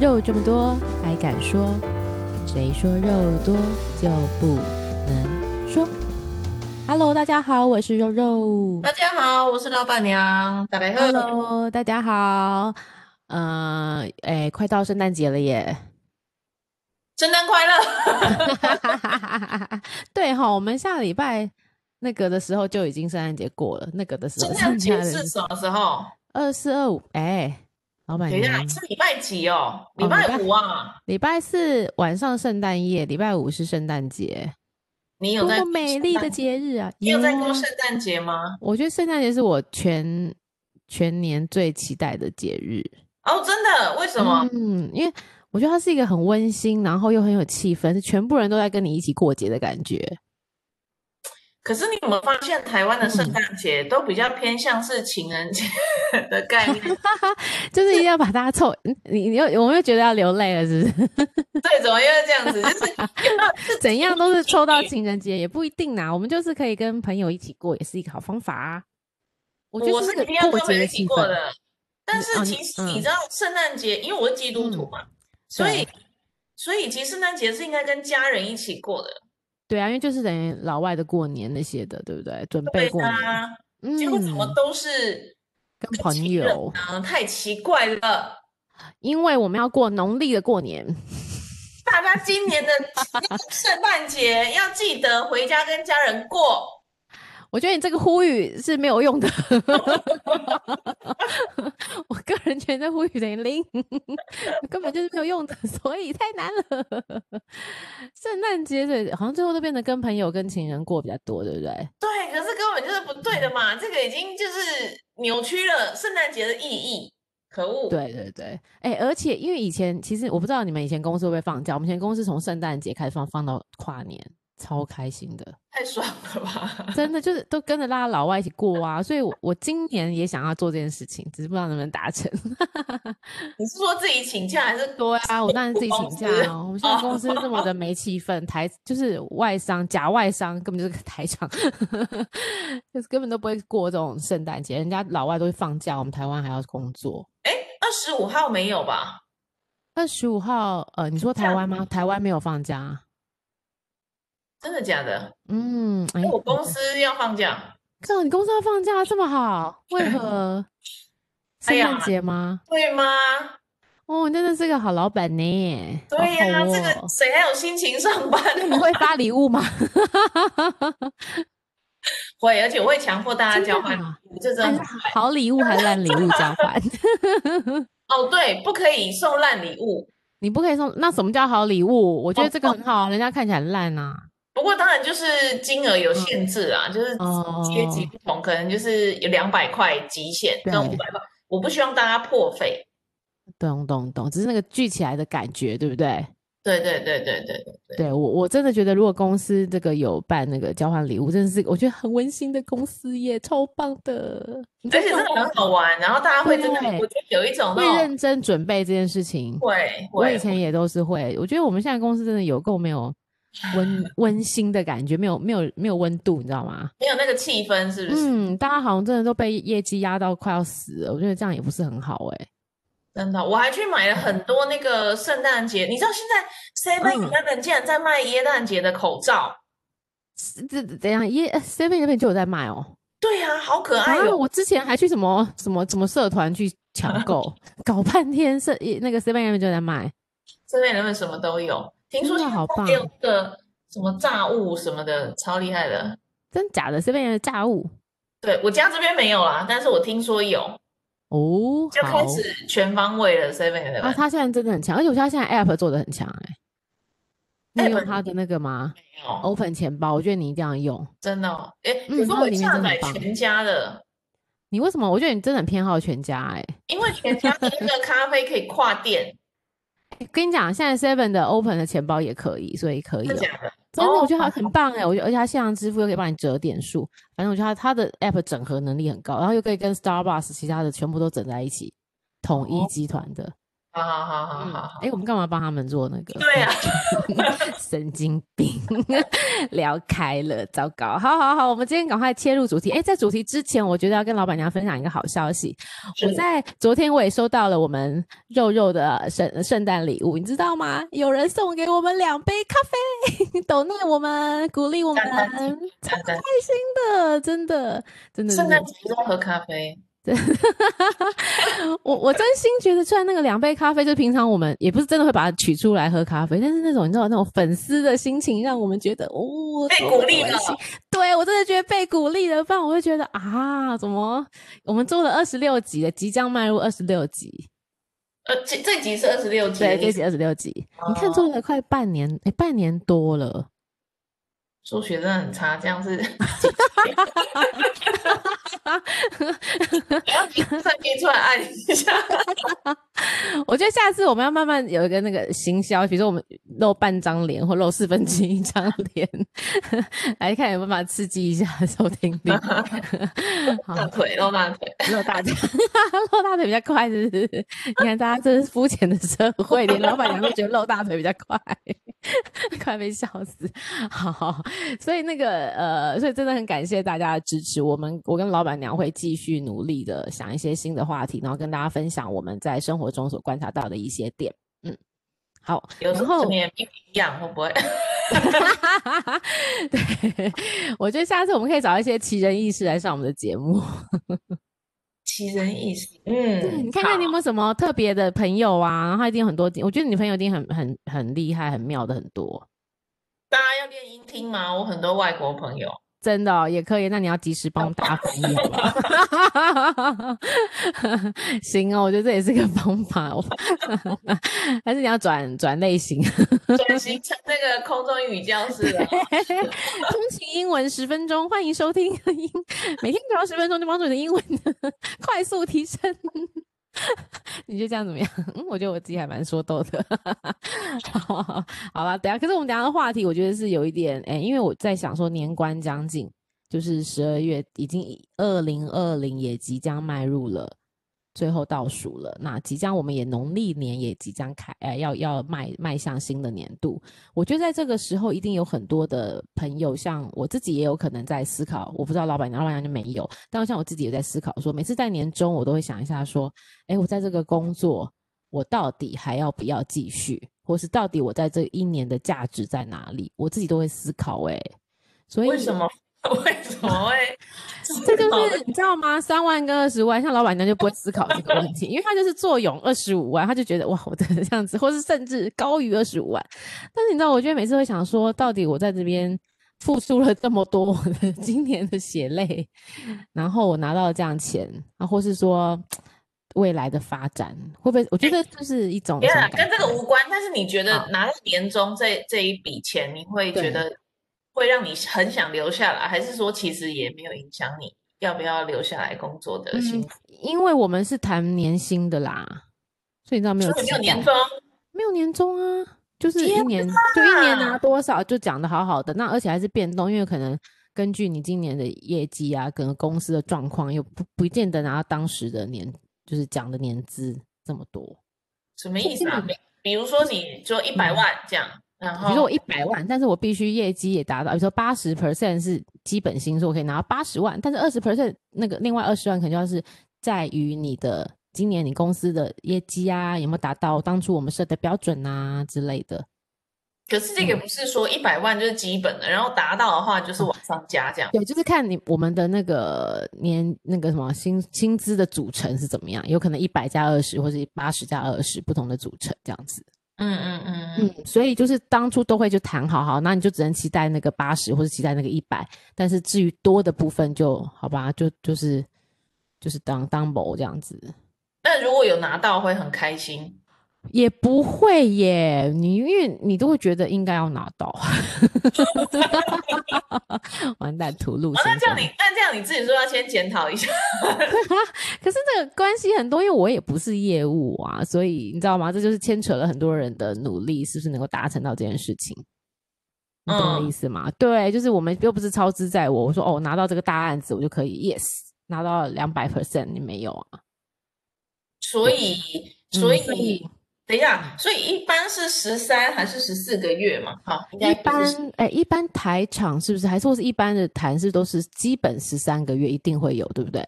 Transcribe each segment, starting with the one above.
肉这么多，还敢说？谁说肉多就不能说？Hello，大家好，我是肉肉。大家好，我是老板娘，打来喝。 Hello，大家好。呃，哎，快到圣诞节了耶！ 圣诞快乐！对哈、我们下礼拜那个的时候就已经圣诞节过了，那个的时候圣诞节圣是什么时候？二四二五，哎，老板等一下娘，是礼拜几哦？哦礼拜五啊？礼拜四晚上圣诞夜，礼拜五是圣诞节，你有多在么过美圣丽诞的？节日啊！你有在啊过圣诞节吗？我觉得圣诞节是我全全年最期待的节日。哦，真的？为什么？嗯，因为我觉得它是一个很温馨，然后又很有气氛，是全部人都在跟你一起过节的感觉。可是你有没有发现，台湾的圣诞节都比较偏向是情人节 的概 念？就是一定要把大家凑， 嗯你你又我们又觉得要流泪了，是不是？ 对，怎么又是这样子？就是怎样都是抽到情人节也不一定啊啦，我们就是可以跟朋友一起过，也是一个好方法啊。我觉得我这是个一定要过节跟朋友的一起气过氛，的。但是哦你其实你嗯知道，圣诞节，因为我是基督徒嗯嘛，所以对所以其实圣诞节是应该跟家人一起过的。对啊，因为就是等于老外的过年那些的，对不对？准备对过年，啊，嗯，结果怎么都是跟跟朋情人友呢？太奇怪了！因为我们要过农历的过年，大家今年的那个圣诞节 要记得回家跟家人过。我觉得你这个呼吁是没有用的。 我个人觉得呼吁等于零，根本就是没有用的，所以太难了。圣诞节对，好像最后都变得跟朋友、跟情人过比较多，对不对？对，可是根本就是不对的嘛，这个已经就是扭曲了圣诞节的意义，可恶！对对对，哎、而且因为以前其实我不知道你们以前公司会不会放假，我们以前公司从圣诞节开始放，放到跨年，超开心的。太爽了吧！ 真的就是都跟着大家老外一起过啊，所以我我今年也想要做这件事情，只是不知道能不能达成。你是说自己请假还是？对啊，我当然自己请假公司哦。我们现在公司这么的没气氛，台就是外商假外商，根本就是个台场，就是根本都不会过这种圣诞节。人家老外都会放假，我们台湾还要工作。二十五号没有吧？二十五号，呃，你说台湾吗？台湾没有放假。啊真的假的？嗯，哎因为，我公司要放假。靠，你公司要放假这么好，为 何？哎圣呀诞节吗？对吗？哦，你真的是个好老板呢。好对呀、好这哦 个谁还有心情上班 那呢你？会发礼物吗？会，而且我会强迫大家真的交换啊，这哎真的呀好礼物还烂礼物交换，哦，对，不可以送烂礼物。你不可以送。那什么叫好礼物？我觉得哦这个很好啊，人家看起来很烂啊。不过当然就是金额有限制啊，就是阶级嗯哦不同，可能就是有两百块极限跟对五百块。我不希望大家破费。懂懂懂，只是那个聚起来的感觉，对不对？对对对对对对对，对我我真的觉得，如果公司这个有办那个交换礼物，真的是我觉得很温馨的公司耶，超棒的。你而在且真干的嘛很好玩，然后大家会真的，对我觉得有一种会那种认真准备这件事情。会我以会前也都是会，我觉得我们现在公司真的有够没 有温温馨的感觉，没有没有没有温度，你知道吗？没有那个气氛，是不是？嗯，大家好像真的都被业绩压到快要死了，我觉得这样也不是很好哎、真的，我还去买了很多那个圣诞节，你知道现在 Seven 嗯 Eleven 竟然在卖耶诞节的口罩，是这怎样？耶，Seven 那边就有在卖哦。对呀、好可爱啊，哦！我之前还去什么什么什么社团去 抢购，搞半天社那个 Seven 那边就有在卖。这边人们什么都有，听说真现的在好还有棒那个什么炸物什么的，超厉害的。真假的？Seven 的炸物对，我家这边没有啦，但是我听说有，哦，就好开始全方位了 Seven 啊， Eleven 他现在真的很强，而且我觉得他现在 App 做的很强哎、你有 App 用他的那个吗没有， ？Open 钱包，我觉得你一定要用。真的哦。哎，可嗯是它我里面下真的很载棒全家的，你为什么？我觉得你真的很偏好全家哎、因为全家的那个咖啡可以跨 店，跟你讲，现在 Seven 的 Open 的钱包也可以，所以可以、真哦的。假的？真的，我觉得哦它很棒哎、我觉得而且它线上支付又可以帮你折点数，反正我觉得它它的 App 整合能力很高，然后又可以跟 Starbucks 其他的全部都整在一起，统一哦集团的。好好好好嗯好，好，哎、我们干嘛帮他们做那个？对啊，神经 病， 聊开了，糟糕。好好好，我们今天赶快切入主题。哎、在主题之前，我觉得要跟老板娘分享一个好消息。嗯我是在昨天我也收到了我们肉肉的圣呃圣诞礼物，你知道吗？有人送给我们两杯咖啡，抖内我们，鼓励我们，赞赞超赞赞开心的，真的，真的。真圣的诞节要喝咖啡，我我真心觉得，虽然那个两杯咖啡，就平常我们也不是真的会把它取出来喝咖啡，但是那种你知道那种粉丝的心情，让我们觉得哦，被多鼓么励开了心。对我真的觉得被鼓励了，不然我会觉得啊，怎么我们做了二十六集了，即将迈入二十六集，呃，这这集是二十六集，哦对，你这集二十六集，你看做了快半年，哎、半年多了。数学真的很差，这样是然后你算可以出来哎按一下，我觉得下次我们要慢慢有一个那个行销，比如说我们露半张脸或露四分之一张脸， 来看有没有办法刺激一下收听率。好，大腿露大腿，露大腿， 露大腿比较快，是不是？你看大家真是肤浅的社会，连老板娘都觉得露大腿比较快， 快被笑死。好，所以那个呃，所以真的很感谢大家的支持。我们我跟老板娘会继续努力的想一些新的话题，然后跟大家分享我们在生活中所观察到的一些点。嗯，好， 有时然后候你也不一样，会 不会？对，我觉得下次我们可以找一些奇人异事来上我们的节目。奇人异事，对，嗯，你看看你有好没有什么特别的朋友啊？然后他一定有很多，我觉得你朋友一定很很很厉害、很妙的很多，大家要练音听吗？我很多外国朋友，真的、哦、也可以。那你要及时帮我们大家翻译好不好？啊 行哦，我觉得这也是个方法。我 还是你要转转类型，啊转型成那个空中语教室 了。通勤英文十分钟，欢迎收听英，每天只要十分钟就帮助你的英文 快速提升。 你觉得这样怎么样？嗯，我觉得我自己还蛮说逗的。 好好啦，等一下，可是我们等一下的话题，我觉得是有一点，哎、因为我在想说年关将近，就是十二月已经二零二零也即将迈入了最后倒数了，那即将我们也农历年也即将开，呃，要要迈迈向新的年度，我觉得在这个时候，一定有很多的朋友，像我自己也有可能在思考，我不知道老板娘，老板娘就没有，但像我自己也在思考说，每次在年终，我都会想一下说，哎，我在这个工作，我到底还要不要继续，或是到底我在这一年的价值在哪里，我自己都会思考、诶哎，所以为什么？为什么会？这就是你知道吗？三万跟二十万，像老板娘就不会思考这个问题，因为她就是坐拥二十五万，她就觉得哇，我真的这样子，或是甚至高于二十五万。但是你知道，我觉得每次会想说，到底我在这边付出了这么多我的今年的血泪，然后我拿到了这样钱，啊，或是说未来的发展会不会？我觉得就是一种没有什啦么感跟这个无关。但是你觉好得拿到年终这这一笔钱，你会对觉得会让你很想留下来，还是说其实也没有影响你要不要留下来工作的嗯心情？因为我们是谈年薪的啦，所以你知道没有所以没有期年待终，没有年终啊，就是一天年就一年拿呐多少就讲的好好的，那而且还是变动，因为可能根据你今年的业绩啊，可能公司的状况又不不见得拿到当时的年就是讲的年资这么多。什么这意基思啊本？比比如说你做一百万这样，然嗯比如说后我一百万，但是我必须业绩也达到，比如说八十 percent 是基本薪，所以我可以拿到八十万，但是二十 percent 那个另外二十万可能就要是在于你的今年你公司的业绩啊，有没有达到当初我们设的标准啊之类的。可是嗯这个不是说一百万就是基本的，然后达到的话就是往上加这样。对，就是看你我们的那个年那个什么薪薪资的组成是怎么样，有可能一百加二十或是八十加二十不同的组成这样子。嗯嗯嗯嗯，所以就是当初都会就谈好好，那你就只能期待那个八十或者期待那个一百，但是至于多的部分就好吧，就就是就是当当某这样子。那如果有拿到会很开心，也不会耶，你因为你都会觉得应该要拿 到， 完蛋，吐露哦，先那这生样。你，那这样你自己说要先检讨一下，可是这个关系很多，因为我也不是业务啊，所以你知道吗？这就是牵扯了很多人的努力，是不是能够达成到这件事情？你懂我的嗯意思吗？对，就是我们又不是超支在我，我说哦，拿到这个大案子我就可以，yes，拿到两百 percent，你没有啊？所以，所嗯所以以等一下，所以一般是十三还是十四个月嘛？好，应该一不般是哎、一般台场是不是还是或是一般的谈是都是基本十三个月一定会有，对不对？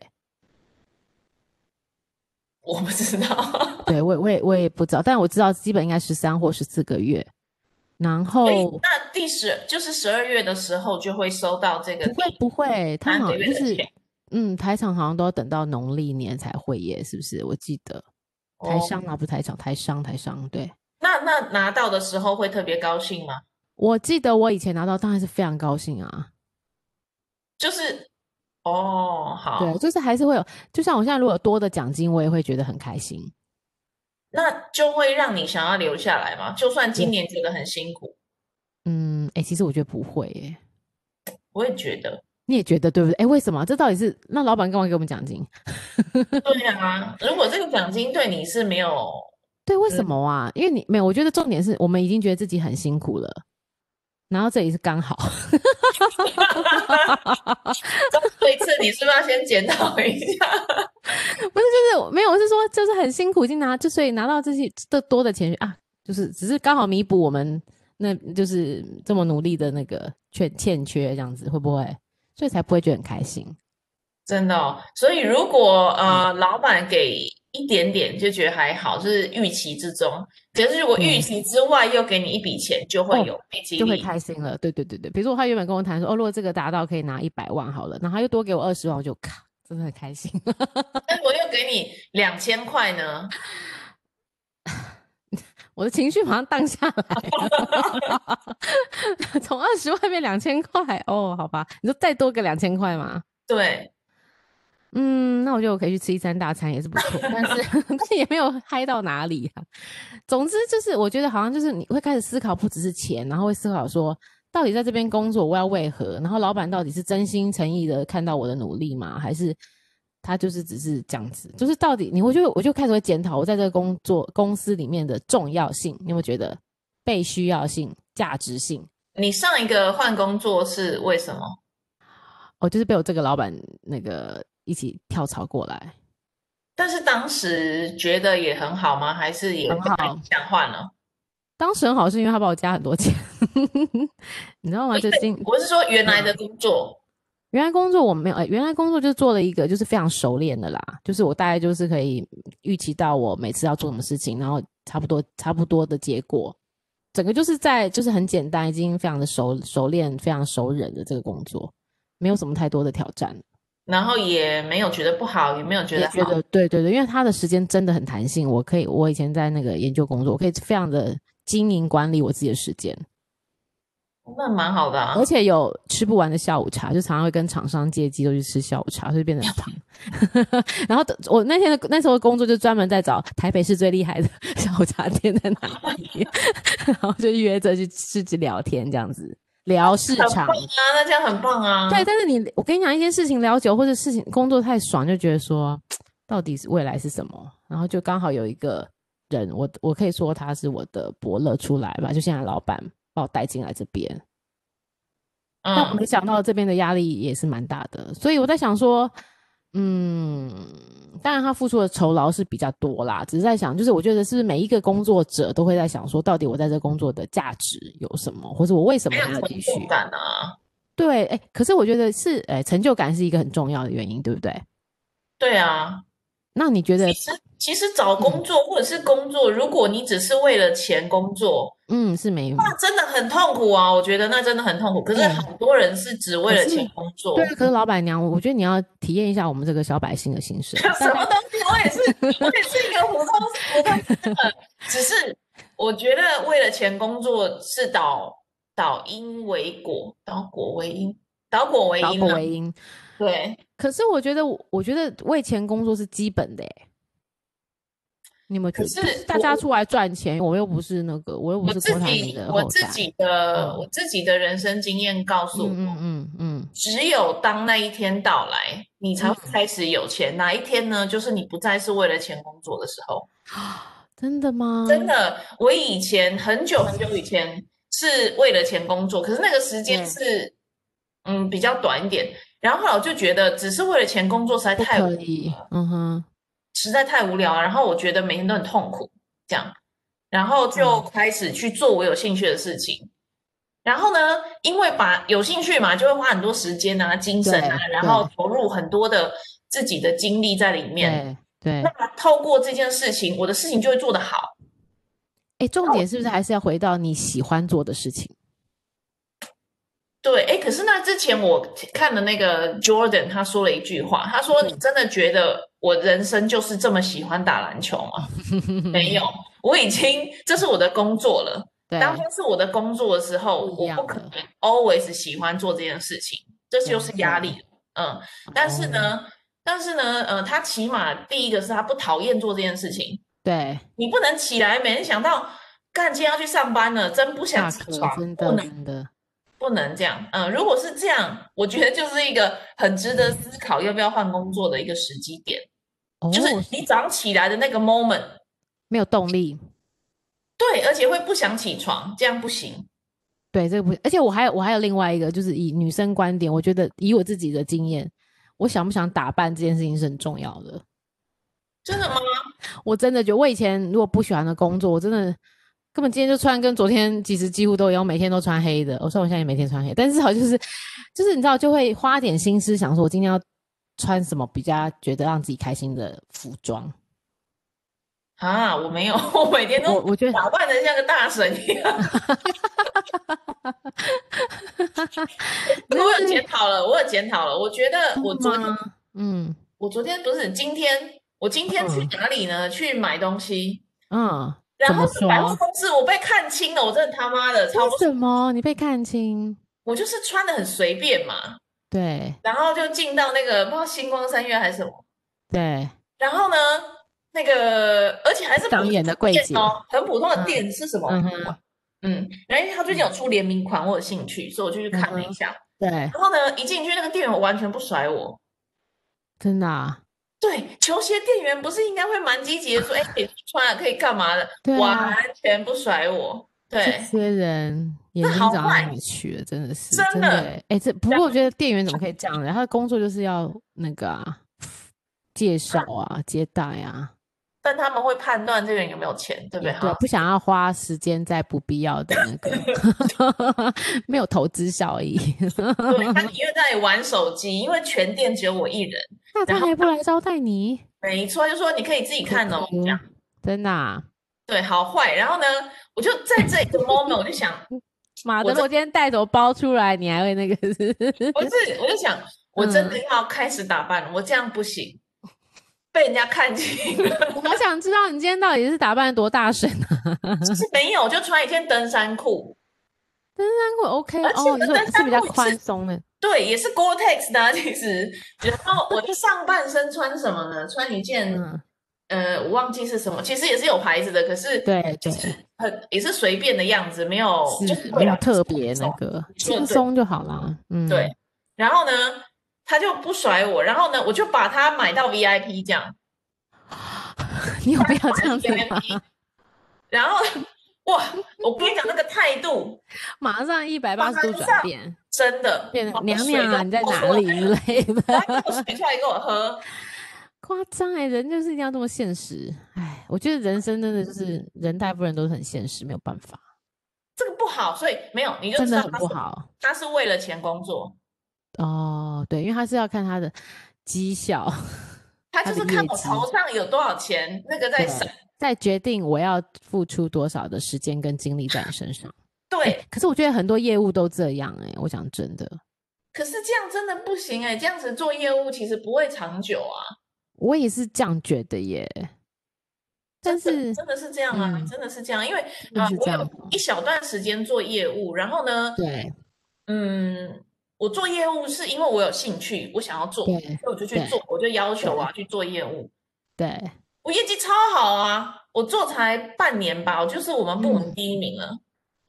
我不知 道。对我也我也我也不知道，但我知道基本应该十三或十四个月。然所以后那第十就是十二月的时候就会收到这个不会不会，他三好个像月就的钱是嗯，台场好像都要等到农历年才会耶，是不是？我记得台哦商啊，不是台场，台商台商。对，那那拿到的时候会特别高兴吗？我记得我以前拿到，当然是非常高兴啊。就是哦，好对，，就是还是会有，就像我现在如果有多的奖金，我也会觉得很开心。那就会让你想要留下来嘛。就算今年觉得很辛苦，嗯，哎、其实我觉得不会耶，我也觉得。你也觉得对不对？哎，为什么？这到底是那老板干嘛给我们奖金？对啊，如果这个奖金对你是没有，对，为什嗯么啊？因为你没有，我觉得重点是我们已经觉得自己很辛苦了，然后这里是刚好。这一次你是不是要先检讨一下？不是，就是我没有，我是说，就是很辛苦，已经拿，就所以拿到这些这多的钱啊，就是只是刚好弥补我们那就是这么努力的那个欠欠缺，这样子会不会？所以才不会觉得很开心。真的哦，所以如果嗯呃，老板给一点点就觉得还好，就是预期之中。可是如果预嗯期之外又给你一笔钱，就会哦有被激就会励。开心了。对对对对，比如说他原本跟我谈说，哦，如果这个达到可以拿一百万好了，然后他又多给我二十万，我就咔，真的很开心。 但我又给你两千块呢，我的情绪马上荡下来， 从二十万变两千块，哦，好吧，你说再多个两千块嘛？对，嗯，那我觉得我可以去吃一餐大餐也是不错，但是但也没有嗨到哪里啊。总之就是，我觉得好像就是你会开始思考，不只是钱，然后会思考说，到底在这边工作我要为何？然后老板到底是真心诚意的看到我的努力吗？还是他就是只是这样子？就是到底你我就我就开始会检讨我在这个工作公司里面的重要性，你有没有觉得被需要性、价值性？你上一个换工作是为什么？哦，就是被我这个老板那个一起跳槽过来。但是当时觉得也很好吗？还是也很不太好想换了？当时很好，是因为他帮我加很多钱， 你知道吗？就今我是说原来嗯的工作，原来工作我没有，呃，原来工作就做了一个就是非常熟练的啦，就是我大概就是可以预期到我每次要做什么事情，然后差不多差不多的结果，整个就是在就是很简单，已经非常的熟熟练，非常熟人的这个工作，没有什么太多的挑战。然后也没有觉得不好，也没有觉也得觉好，得对对对，因为他的时间真的很弹性，我可以我以前在那个研究工作，我可以非常的经营管理我自己的时间。那蛮好的啊而。且有吃不完的下午茶，就常常会跟厂商借机都去吃下午茶，所以变得很胖。 然后等我那天的那时候的工作就专门在找台北市最厉害的下午茶店在哪里， 然后就约着去吃去聊天这样子聊市很场棒。啊，那这样很棒啊。对，但是你我跟你讲一件事情聊久或者事情工作太爽，就觉得说到底是未来是什么，然后就刚好有一个人，我我可以说他是我的伯乐出来吧，就现在老板把我带进来这边。但我嗯没想到这边的压力也是蛮大的，所以我在想说，嗯，当然他付出的酬劳是比较多啦，只是在想，就是我觉得是不是每一个工作者都会在想说，到底我在这工作的价值有什么，或者我为什么没有还要成继续就？感啊。对，哎，可是我觉得是，哎，成就感是一个很重要的原因，对不对？对啊，那你觉得其，实其实找工嗯作或者是工作，如果你只是为了钱工作，嗯，是没有。那真的很痛苦啊。我觉得那真的很痛苦。可是嗯很多人是只为了钱工作对，啊，可是老板娘，我觉得你要体验一下我们这个小百姓的心 声。什么东西？我也 是，我也是一个普通普通人，只是我觉得为了钱工作是倒倒因为果，倒果为因，倒果为导因果啊。为因，对，可是我觉得我，我觉得为钱工作是基本的哎。你们可觉得就是大我家出来赚钱，我又不是那个，我又不我是自郭台铭己的我后自代。己的嗯我自己的人生经验告诉我。嗯嗯嗯嗯，只有当那一天到来，你才会开始有钱。哪一天呢？就是你不再是为了钱工作的时候。真的吗？真的，我以前很久很久以前是为了钱工作，可是那个时间对是嗯比较短一点。然后后来我就觉得，只是为了钱工作实在不太可无以。嗯哼，实在太无聊了。然后我觉得每天都很痛苦，这样。然后就嗯开始去做我有兴趣的事情。然后呢，因为把有兴趣嘛，就会花很多时间啊、精神啊，对然后投入很多的自己的精力在里面。对对，那哎、透过这件事情，我的事情就会做得好。哎重点是不是还是要回到你喜欢做的事情？对，哎，可是那之前我看的那个 Jordan，他说了一句话，他嗯说：“你真的觉得我人生就是这么喜欢打篮球 吗？”没有，我已经这是我的工作了。对，啊当它是我的工作的时候，不一我样不可的能 always 喜欢做这件事情，这就是压力了。嗯，但是呢，哦但是呢，呃，他起码第一个是他不讨厌做这件事情。对，你不能起来，每天想到干今天要去上班了，真不想下起课床，真不的能真的，不能这样。嗯，如果是这样，我觉得就是一个很值得思考要不要换工作的一个时机点，哦，就是你早上起来的那个 moment，没有动力。对，而且会不想起床，这样不行。对，这个不行，而且我还有我还有另外一个，就是以女生观点，我觉得以我自己的经验，我想不想打扮这件事情是很重要的。真的吗？我真的觉得，我以前如果不喜欢的工作，我真的根本今天就穿跟昨天其实几乎都一样，每天都穿黑的。我说我现在也每天穿黑，但是好像就是就是你知道，就会花点心思想说，我今天要穿什么比较觉得让自己开心的服装。啊，我没有，我每天我都我觉得 打扮的像个大神一样。 我有检讨了，我有检讨了。我觉得我昨天，嗯我昨天不是今天，我今天去嗯哪里呢？去买东西，嗯，然怎后么去百货说公司，我被看清了，我真的他妈的超为不，什么你被看清？我就是穿的很随便嘛，对然后就进到那个不知道星光三月还是什么，对，然后呢，那个而且还是长普眼的柜店姐，哦，很普通的嗯店是什么？嗯嗯，然后因为他最近有出联名款，我有兴趣，所以我就去看了嗯一哼下。对，然后呢，一进去那个店员完全不甩我。真的、啊，对，球鞋店员不是应该会蛮积极的 说，哎，可以穿啊，可以干嘛的，对啊完全不甩我。这对，些人眼这睛好长到坏哪里去了？真的是，真真的欸哎、这不然过我觉得店员怎么可以这样呢？他的工作就是要那个啊，介绍啊，接待啊，但他们会判断这个人有没有钱，对不也对？好不想要花时间在不必要的那 个，没有投资效益。对，他宁愿在那里玩手机，因为全店只有我一人。那然他后还不来招待你？没错，就说你可以自己看 哦，这样嗯，真的、啊，对，好坏。然后呢，我就在这一个 moment，我就想，妈我的！这我今天带走包出来，你还会那个是？ 不是，我就想，我真嗯的要开始打扮了，我这样不行，被人家看清了。我好想知道你今天到底是打扮得多大神啊！ 就是没有，就穿一件登山裤，但我 OK 而且哦，我你说登是山比较裤是宽松的，对，也是 Gore-Tex 的啊、其实。然后我的上半身穿什么呢？穿一件，嗯，呃，我忘记是什么，其实也是有牌子的，可是对就对。是很也是随便的样子，没有就是没是有对啊特别那个，说得轻对松就好啦。嗯，对，然后呢，他就不甩我，然后呢，我就把它买到 VIP 这样，你有必要这样子吗？ VIP，然后哇，我跟你讲那个态度。马上一百八十度马转上变，真的，变成把娘水娘啊，都你在倒哪出来 里之了？类然的， 后倒水出来给我喝，夸张哎，人就是一定要这么现实。哎，我觉得人生真的就是人大部分人都是很现实，没有办法，这个不好，所以没有，你就真知的道很他不是好他是为了钱工作，哦。对，因为他是要看他的绩效， 他他就的是看业我绩头上有多少钱，那个在对省。再决定我要付出多少的时间跟精力在你身上。哎对，可是我觉得很多业务都这样哎，我讲真的。可是这样真的不行哎，这样子做业务其实不会长久啊，我也是这样觉得耶。但真的是真的是这样啊，嗯真的是这样，因为真的啊是，我这样有一小段时间做业务，然后呢，对嗯，我做业务是因为我有兴趣，我想要做，所对以我就去对做，我就要求啊去做业务，对，我业绩超好啊！我做才半年吧，我就是我们部门嗯第一名了，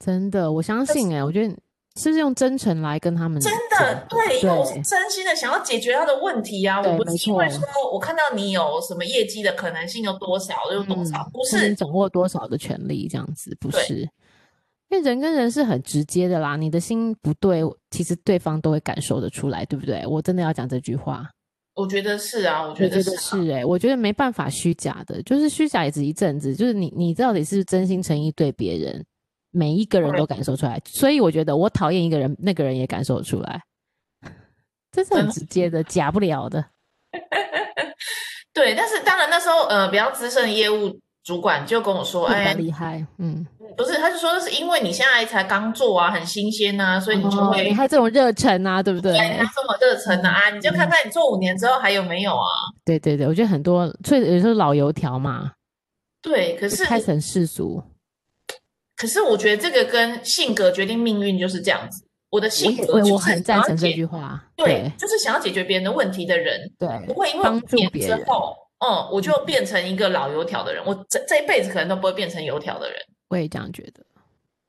真的，我相信哎，我觉得是不是用真诚来跟他们真讲的。对，因为我是嗯对真心的想要解决他的问题啊，我对不没是因为错说我看到你有什么业绩的可能性有多少有多少，不嗯看你是掌握多少的权利这样子，不对是？因为人跟人是很直接的啦，你的心不对，其实对方都会感受得出来，对不对？我真的要讲这句话，我觉得是啊，我我觉觉得得是啊、是哎、我觉得没办法虚假的，就是虚假也只一阵子，就是你你到底是真心诚意对别人，每一个人对都感受出来。所以我觉得我讨厌一个人，那个人也感受出来， 这是真很的直接的，假不了 的。对。但是当然那时候，呃，比较资深的业务主管就跟我说，比较哎，厉害，嗯，不是，他就说是因为你现在才刚做啊，很新鲜呐、所以你就哦会你还有这种热忱啊，对不对？哎，他这么热忱的啊，你就嗯看看你做五年之后还有没有啊？对对对，我觉得很多，所以有时候老油条嘛，对，可就是开始很世俗。可是我觉得这个跟性格决定命运就是这样子。我的我性也格我就我是很想赞要成这解句话，对，就是想要解决别人的问题的人，对不会因为帮五助年别之人后，嗯，我就变成一个老油条的人，我这这一辈子可能都不会变成油条的人。我也这样觉得。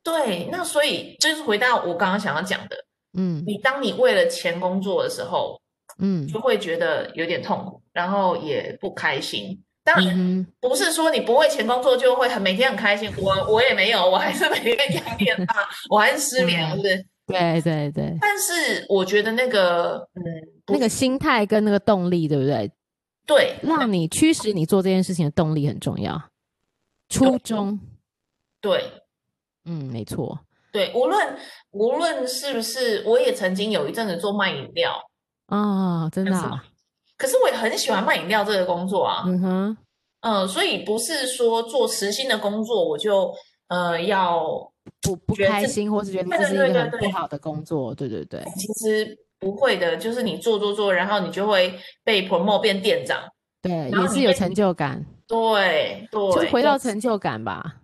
对，那所以就是回到我刚刚想要讲的，嗯你当你为了钱工作的时候，嗯就会觉得有点痛苦，然后也不开心。当然，嗯不是说你不为钱工作就会很每天很开心，我我也没有，我还是每天压力很大，我还是失眠，嗯对不对？哼，对对对，但是我觉得那个，嗯，不那个心态跟那个动力，对不对？对让你驱使你做这件事情的动力很重要，初衷，对嗯，没错，对，无论无论是不是，我也曾经有一阵子做卖饮料，啊，真但的是啊，可是我也很喜欢卖饮料这个工作啊，嗯哼，嗯，所以不是说做实心的工作我就呃要，不不觉得开自己心，或是觉得对这是对一对个对很不对好的工作，对对对，其实不会的，就是你做做做，然后你就会被 promote 变店长，对，然也后是你有会成就感，对对，就是回到成。成就感吧，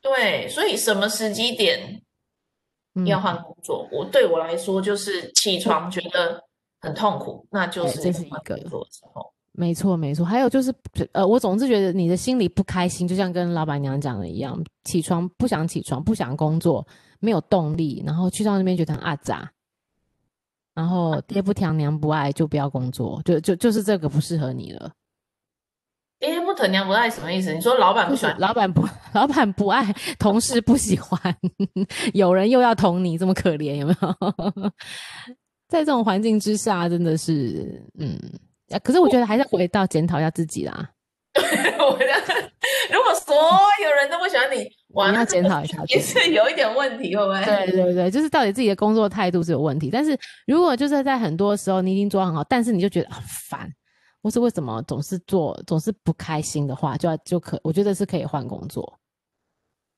对，所以什么时机点嗯，要换工作？我对我来说就是起床觉得很痛苦，那就对是这是一换个工作的时候。没错，没错。还有就是，呃，我总是觉得你的心里不开心，就像跟老板娘讲的一样，起床不想起床，不想工作，没有动力，然后去到那边觉得很阿杂，然后爹不疼娘不爱，就不要工作，就就就是这个不适合你了。爹不疼娘不爱什么意思？你说老板不就喜是欢老板不， 老板不爱，同事不喜欢， 有人又要捅你，这么可怜，有没有？ 在这种环境之下，真的是，嗯，啊可是我觉得还是要回到检讨一下自己啦。我的？如果所有人都不喜欢你，哇，你 那要这检个讨一下也自是有一点问题，会不会？对对对，就是到底自己的工作态度是有问题。但是如果就是在很多时候你已经做得很好，但是你就觉得啊很烦，或是为什么总是做总是不开心的话，就要就可我觉得是可以换工作。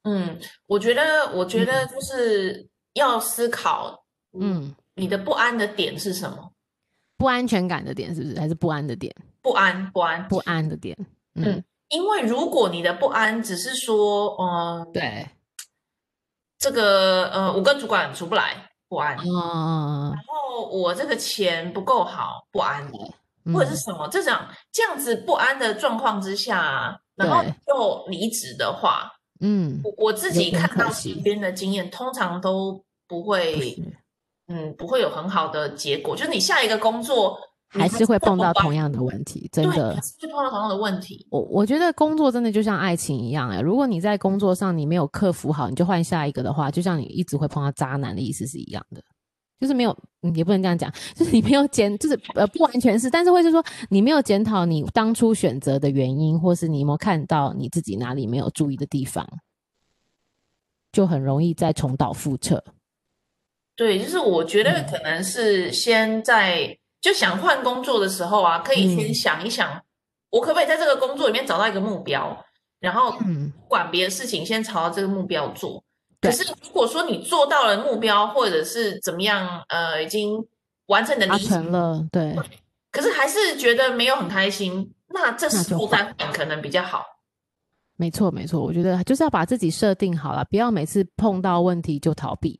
嗯，我觉得，我觉得就是要思考，嗯，嗯，你的不安的点是什么？不安全感的点是不是？还是不安的点？不安，不安。不安的点。嗯，嗯因为如果你的不安只是说，嗯，对，这个呃，我跟主管处不来，不安。然哦，后我这个钱不够好，不安，或者嗯，是什么这种这样子不安的状况之下，然后对又离职的话，嗯，我我自有己点看可到惜身边的经验，通常都不不会，是，嗯，不会有很好的结果。就是你下一个工作，你还是会这么碰到不安同样的问题，真对，的还。是会碰到同样的问题。我我觉得工作真的就像爱情一样哎、如果你在工作上你没有克服好，你就换下一个的话，就像你一直会碰到渣男的意思是一样的，就是没有，嗯也不能这样讲，就是你没有检，就是呃不完全是，但是会是说你没有检讨你当初选择的原因，或是你有没有看到你自己哪里没有注意的地方，就很容易再重蹈覆辙。对，就是我觉嗯得可能是先在就想换工作的时候啊，可以先嗯想一想，我可不可以在这个工作里面找到一个目标，然后嗯，不管别的事情，先朝着这个目标做。可对是如果说你做到了目标，或者是怎么样，呃，已经完成你的达理想，成了，对，可是还是觉得没有很开心，那这那时就候再换可能比较好。没错没错，我觉得就是要把自己设定好了，不要每次碰到问题就逃避。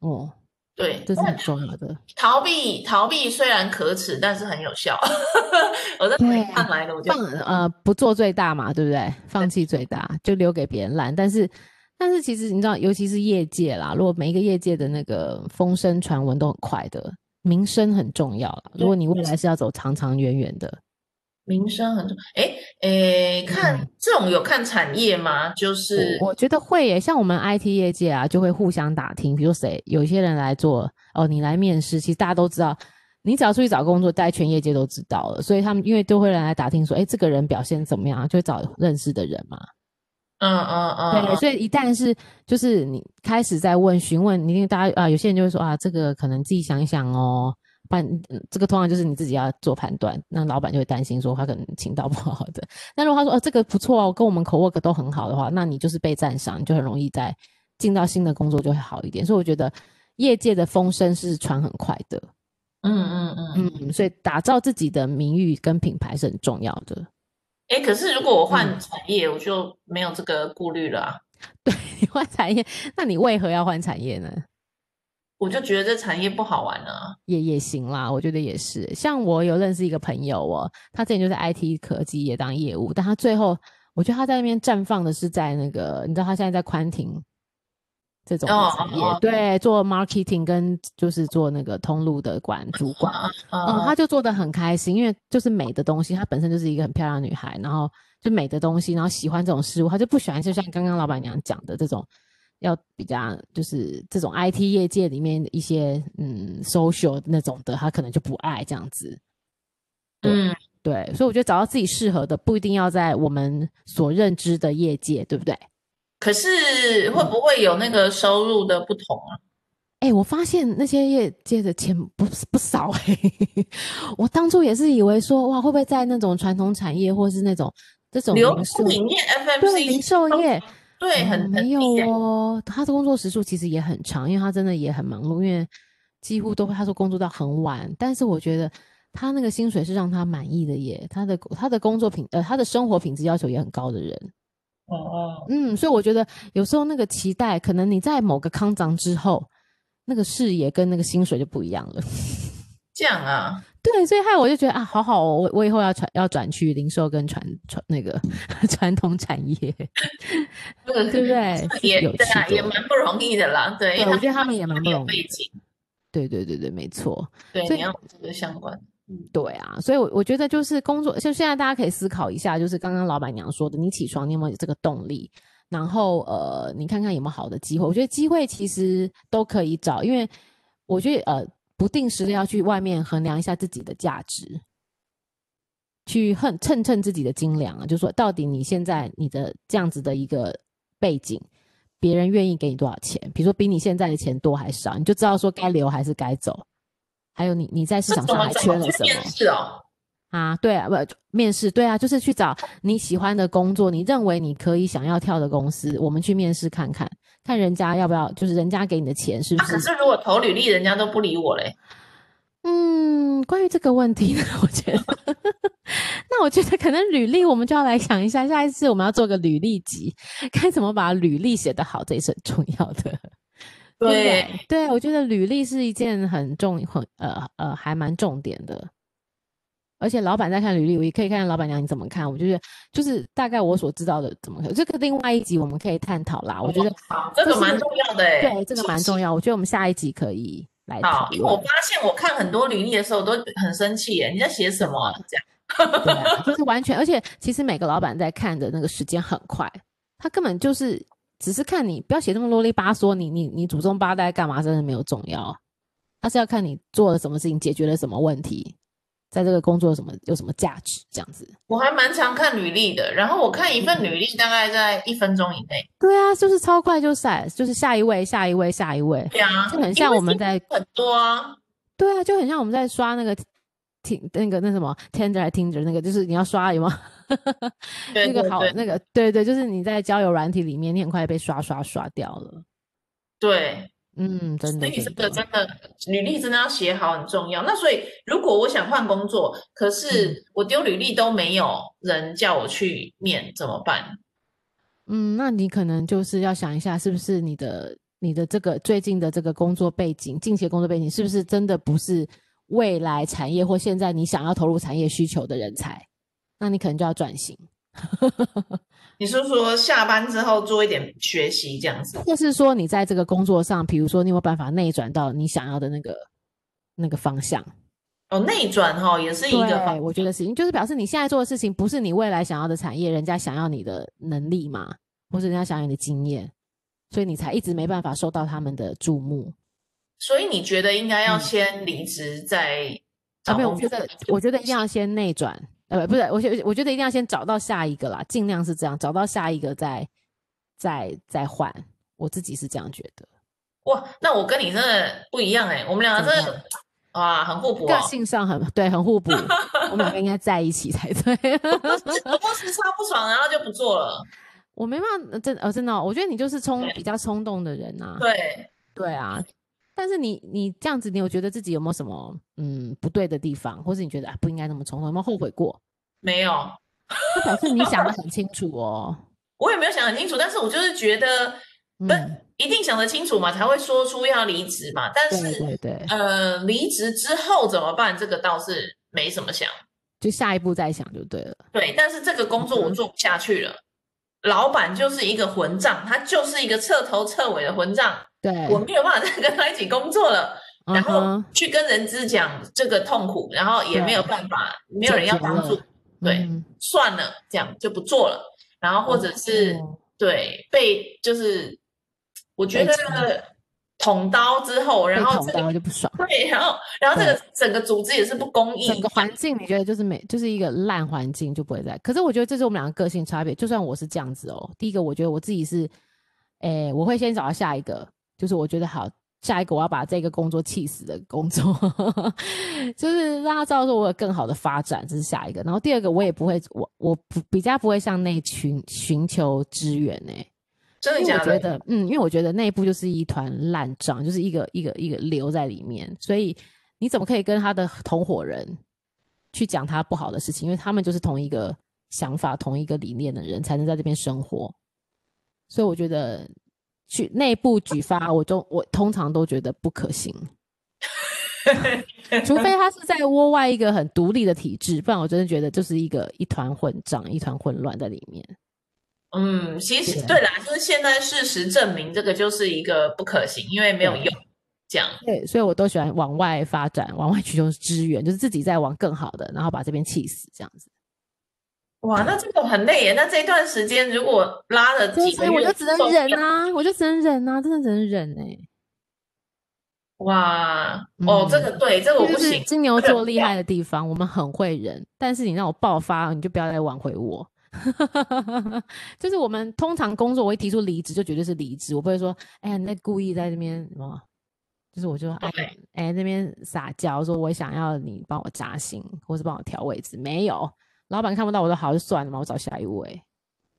哦，对，这是但很重要的。逃避逃避虽然可耻，但是很有效。 我在哪里对看来的？我觉得放呃不做最大嘛，对不对？放弃最大就留给别人烂，但是但是其实你知道，尤其是业界啦，如果每一个业界的那个风声传闻都很快的，名声很重要啦。如果你未来是要走长长远远的，民生很重，哎诶，看这种有看产业吗？就是嗯我我觉得会耶，像我们 IT 业界啊，就会互相打听，比如谁有些人来做哦，你来面试，其实大家都知道你只要出去找工作，大概全业界都知道了，所以他们因为都会来打听说，哎，这个人表现怎么样啊，就会找认识的人嘛。嗯嗯嗯，对，所以一旦是就是你开始在问询问，你一定大家啊、有些人就会说啊，这个可能自己想一想哦。不然嗯这个通常就是你自己要做判断，那老板就会担心说他可能请到不好的。那如果他说哦这个不错哦，跟我们 co work 都很好的话，那你就是被赞赏，你就很容易在进到新的工作就会好一点。所以我觉得业界的风声是传很快的，嗯嗯嗯嗯。嗯，所以打造自己的名誉跟品牌是很重要的。 哎，可是如果我换嗯产业，我就没有这个顾虑了啊。你换产业，那你为何要换产业呢？我就觉得这产业不好玩啊了也也行啦，我觉得也是。像我有认识一个朋友哦，他之前就在 IT 科技业当业务，但他最后我觉得他在那边绽放的是在那个，你知道他现在在宽庭这种的哦产业，哦哦对，做 marketing 跟就是做那个通路的管主管，啊。嗯，嗯她就做的很开心，因为就是美的东西，她本身就是一个很漂亮的女孩，然后就美的东西，然后喜欢这种事物，她就不喜欢就像刚刚老板娘讲的这种，要比较就是这种 IT 业界里面的一些嗯 social 那种的，她可能就不爱这样子。嗯对，所以我觉得找到自己适合的，不一定要在我们所认知的业界，对不对？可是嗯会不会有那个收入的不同啊？哎、我发现那些业界的钱不不少哎、我当初也是以为说，哇，会不会在那种传统产业或是那种这种流零售通里面对 FMC 零售业，对哦很很没有低耶哦，他的工作时数其实也很长，因为他真的也很忙碌，因为几乎都会他说工作到很晚，但是我觉得他那个薪水是让他满意的耶，他的他的工作品呃他的生活品质要求也很高的人，哦哦嗯，所以我觉得有时候那个期待，可能你在某个康长之后，那个视野跟那个薪水就不一样了。 这样啊，对，所以害我就觉得啊，好好、哦，我我以后要转要转去零售跟传传那个 传统产业，这个对不对？是也有对啊，趣也的蛮不容易的啦，对，因对为我觉得他们也蛮不有容易背的景，对对对对，没错，对，所你以要有这个相关，对啊，所以我，我觉得就是工作，就现在大家可以思考一下，就是刚刚老板娘说的，你起床你有没有这个动力？然后呃，你看看有没有好的机会。我觉得机会其实都可以找，因为我觉得呃，不定时的要去外面衡量一下自己的价值，去衡称称自己的斤两啊，就说到底你现在你的这样子的一个背景，别人愿意给你多少钱？比如说比你现在的钱多还少，你就知道说该留还是该走。还有你你在市这场怎上么还找缺了去什么面？试哦？啊，对啊，不就面试，对啊，就是去找你喜欢的工作，你认为你可以想要跳的公司，我们去面试看看，看人家要不要，就是人家给你的钱是不啊，可 是？是如果投履历人家都不理我嘞，嗯，关于这个问题呢，我觉得， 那我觉得可能履历我们就要来想一下，下一次我们要做个履历集， 该怎么把履历写得好，这也是很重要的。对不对对，对我觉得履历是一件很重、很呃呃还蛮重点的。而且老板在看履历，我也可以看老板娘你怎么看。我觉得就是大概我所知道的怎么看，这个另外一集我们可以探讨啦。我觉得好，这这个是蛮重要的哎，对这个蛮重要，我觉得我们下一集可以来好讨，因为我论。发现我看很多履历的时候，我都很生气耶，你在写什么啊？这 样，对啊、就是完全，而且其实每个老板在看的那个时间很快，他根本就是只是看你不要写那么啰里吧嗦，你你你祖宗八代干嘛真的没有重要，他是要看你做了什么事情，解决了什么问题，在这个工作有什么有什么价值这样子。我还蛮常看履历的，然后我看一嗯份履历大概在一分钟以内，对啊，就是超快就闪，就是下一位，下一位，下一位，对啊，就很因像为我们新在很多啊，对啊，就很像我们在刷那个听那个那什么 Tinder 还 Tinder 那个，就是你要刷有没有？对那个对好，对那个对对，就是你在交友软体里面，你很快被刷刷刷掉了。对，嗯，真所的，以这真个的，真的履历真的要写好很重要。那所以如果我想换工作，可嗯是我丢履历都没有人叫我去面，怎么办？嗯，那你可能就是要想一下，是不是你的你的这个最近的这个工作背景，近期的工作背景，是不是真的不是未来产业或现在你想要投入产业需求的人才？那你可能就要转型。你是说下班之后做一点学习这样子？或是说你在这个工作上，比如说你有没有办法内转到你想要的那个那个方向？哦，内转哈、也是一个方对，我觉得是，就是表示你现在做的事情不是你未来想要的产业，人家想要你的能力嘛，或是人家想要你的经验，所以你才一直没办法受到他们的注目。所以你觉得应该要嗯先离职再啊，找没有，我工觉作得就我觉得一定要先内转，呃，不是，我觉我觉得一定要先找到下一个啦，尽量是这样，找到下一个再再再换。我自己是这样觉得，哇，那我跟你真的不一样哎、我们两个怎么真的哇，很互补个哦， 性上很对，很互补，我们两个应该在一起才对。 我不时差不爽，然后就不做了。我没办法，真呃真的哦、我觉得你就是冲比较冲动的人啊，对，对啊。但是你你这样子，你有觉得自己有没有什么嗯不对的地方，或是你觉得啊不应该那么冲动，有没有后悔过？没有，那表示你想的很清楚哦。我也没有想很清楚，但是我就是觉得不嗯，一定想得清楚嘛，才会说出要离职嘛。但对是对对，呃，离职之后怎么办？这个倒是没什么想。就下一步再想就对了。对，但是这个工作我嗯做不下去了。老板就是一个混账，他就是一个彻头彻尾的混账，对，我没有办法再跟他一起工作了。嗯然后哼去跟人资讲这个痛苦，然后也没有对办法，没有解人要决帮助了，对嗯算了，这样就不做了。然后或者是哦对被就是，我觉被得冲捅刀之后，然被后捅这到个就不爽，对，然后然后这对个整个组织也是不公整义个，环境你觉得就是没，就是一个烂环境就不会在。可是我觉得这是我们两个个性差别。就算我是这样子哦，第一个我觉得我自己是，诶、我会先找到下一个，就是我觉得好，下一个我要把这个工作气死的工作， 就是让他知道说我有更好的发展，这是下一个。然后第二个我也不会，我我不比较不会向内寻寻求支援欸诶、真的因为假我觉的？得，嗯，因为我觉得内部就是一团烂账，就是一个一个一个瘤在里面，所以你怎么可以跟他的同伙人去讲他不好的事情？因为他们就是同一个想法、同一个理念的人，才能在这边生活。所以我觉得去内部举发，我都我通常都觉得不可行，除非他是在窝外一个很独立的体制，不然我真的觉得就是一个一团混账、一团混乱在里面。嗯，其实对对啦，就是现在事实证明这个就是一个不可行，因为没有对用，这样。对，所以我都喜欢往外发展，往外寻求支援，就是自己在往更好的，然后把这边气死这样子。哇，那这个很累耶。那这段时间如果拉了所以几所个以月，我就只能忍啊，我就只能忍啊，真的只能忍哎、哇，哦，这嗯个对，这个我这不就是行。金牛忍座不厉害的地方，我们很会忍，但是你让我爆发，你就不要再挽回我。 就是我们通常工作，我一提出离职就绝对是离职，我不会说，哎呀，你在故意在那边什么，就是我就说哎对哎那边撒娇，说我想要你帮我扎心，或是帮我调位置，没有，老板看不到我说好就算了嘛，我找下一位。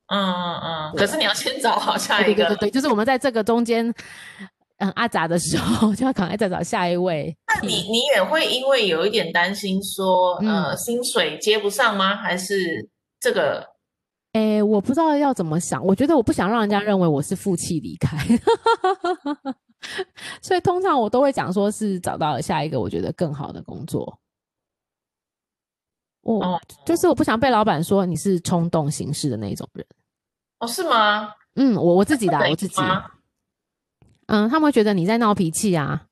嗯嗯嗯，对可是你要先找好下对一对个对。对，就是我们在这个中间，嗯阿杂的时候， 就要赶快再找下一位。那你你也会因为有一点担心说，呃，嗯薪水接不上吗？还是这个？诶，我不知道要怎么想，我觉得我不想让人家认为我是负气离开， 所以通常我都会讲说是找到了下一个我觉得更好的工作。我、哦就是我不想被老板说你是冲动行事的那一种人。哦，是吗？嗯，我我自己不的啊，能我自己，吗？嗯，他们会觉得你在闹脾气啊，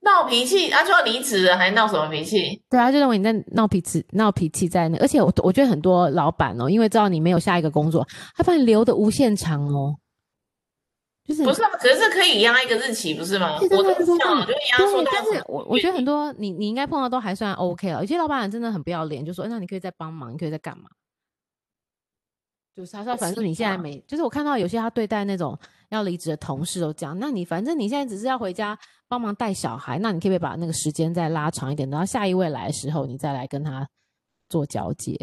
闹脾气，啊，就要离职了，还闹什么脾气？对啊，就认为你在闹脾气，闹脾气在那，而且我我觉得很多老板哦，因为知道你没有下一个工作，他把你留的无限长哦，就是不是啊，可是可以压一个日期，不是吗？对我对对都是对这样，我就压缩对，到但什是么我我觉得很多你你应该碰到都还算 OK 了，有些老板真的很不要脸，就说哎那你可以再帮忙，你可以再干嘛？就是他说不反正是啊你现在吧没，就是我看到有些他对待那种要离职的同事都讲，那你反正你现在只是要回家帮忙带小孩，那你可不可以把那个时间再拉长一点，等到下一位来的时候你再来跟他做交接？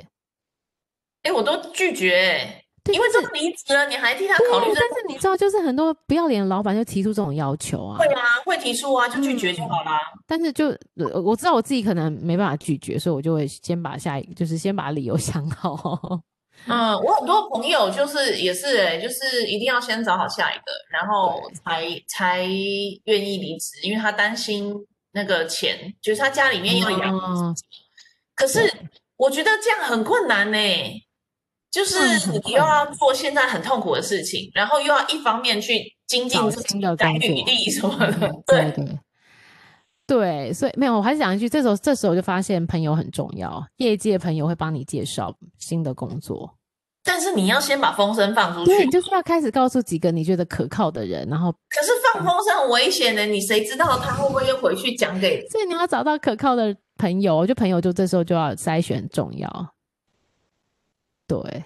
哎，我都拒绝欸，对因为就这是个离职了，你还替他对考虑，这但是你知道，就是很多不要脸的老板就提出这种要求啊会。啊，会提出啊，就拒绝就嗯好啦。但是就我我知道我自己可能没办法拒绝，所以我就会先把下一就是先把理由 想好。嗯，我很多朋友就是也是欸，就是一定要先找好下一个，然后才才愿意离职，因为他担心那个钱，就是他家里面要养。哦可是我觉得这样很困难呢，就是这样很你困又要做现在很痛苦的事情，然后又要一方面去精进找自新己，的改工履作历什么的。嗯 对对对，所以没有，我还是讲一句，这时候这时候就发现朋友很重要，业界朋友会帮你介绍新的工作。但是你要先把风声放出对，去你，就是要开始告诉几个你觉得可靠的人，然后可是放放风是很危险的，你谁知道他会不会又回去讲给？所以你要找到可靠的朋友，就朋友就这时候就要筛选很重要，对，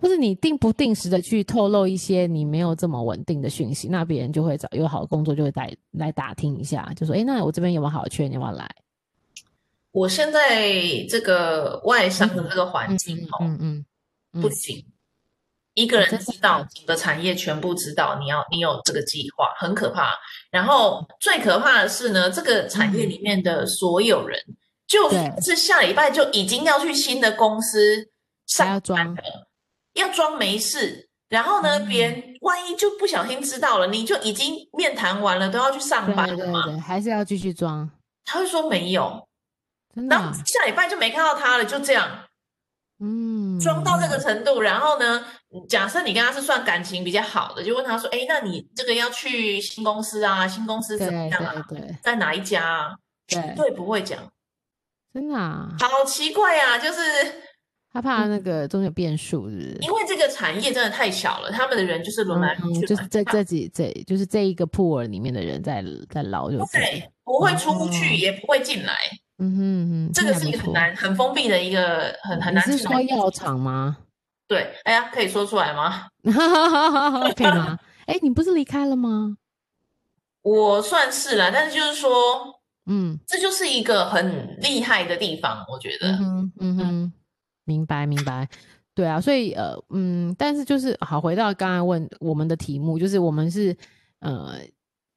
或者你定不定时的去透露一些你没有这么稳定的讯息，那别人就会找有好的工作就会来来打听一下，就说，诶，那我这边有没有好的缺，你要不要来？我现在这个外商的这个环嗯境哦，嗯嗯嗯不行，一个哦人真知的道整个产业全部知道，你要你有这个计划，很可怕。然后最可怕的是呢，这个产业里面的所有人，就嗯对是下礼拜就已经要去新的公司还要上班装了，要装没事。然后呢，别嗯人万一就不小心知道了，你就已经面谈完了，都要去上对班对了对嘛。对，还是要继续装，他会说没有，真的然啊、后下礼拜就没看到他了，就这样。嗯，装到这个程度，然后呢，嗯假设你跟他是算感情比较好的，就问他说：“哎，那你这个要去新公司啊？新公司对怎么样啊？对对，在哪一家啊？”对绝对不会讲，真的、啊，好奇怪啊！就是他怕那个中间有变数，是不是？因为这个产业真的太小了，他们的人就是轮来轮嗯，去，就是这这几这就是这一个 pool 里面的人在在捞就对对，不会出哦去，也不会进来，嗯哼嗯哼，这听个起来不是一个很错嗯难、很封闭的一个很很你难是受说药厂 吗？ 对，哎呀，可以说出来吗？可以吗？哎、你不是离开了吗？我算是啦，但是就是说，嗯这就是一个很厉害的地方，我觉得。嗯哼嗯哼，明白明白。对啊，所以呃嗯，但是就是好，回到刚才问我们的题目，就是我们是呃，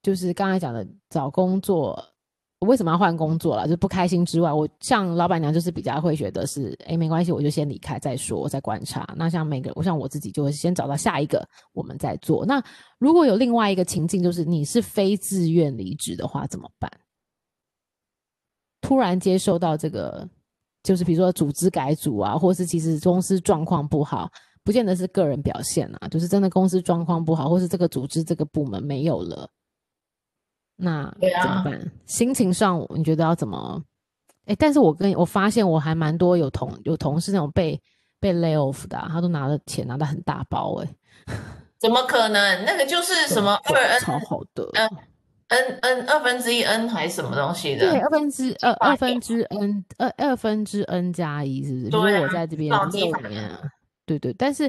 就是刚才讲的找工作。为什么要换工作啦？就是不开心之外，我像老板娘就是比较会觉得是，哎，没关系，我就先离开再说，再观察。那像每个，我像我自己就会先找到下一个，我们再做。那如果有另外一个情境，就是你是非自愿离职的话，怎么办？突然接受到这个，就是比如说组织改组啊，或是其实公司状况不好，不见得是个人表现啊，就是真的公司状况不好，或是这个组织这个部门没有了，那对怎啊么办？心情上你觉得要怎么？哎，但是我跟我发现我还蛮多有同有同事那种被被 lay off 的啊、他都拿了钱拿的很大包哎、怎么可能？那个就是什么二 n 超好的，呃 n n 二分之一 n 还是什么东西的？对，二分之呃化二分之 n 二二分之 n 加一是不是？比如对说我啊在这边少积六法年啊，对对，但是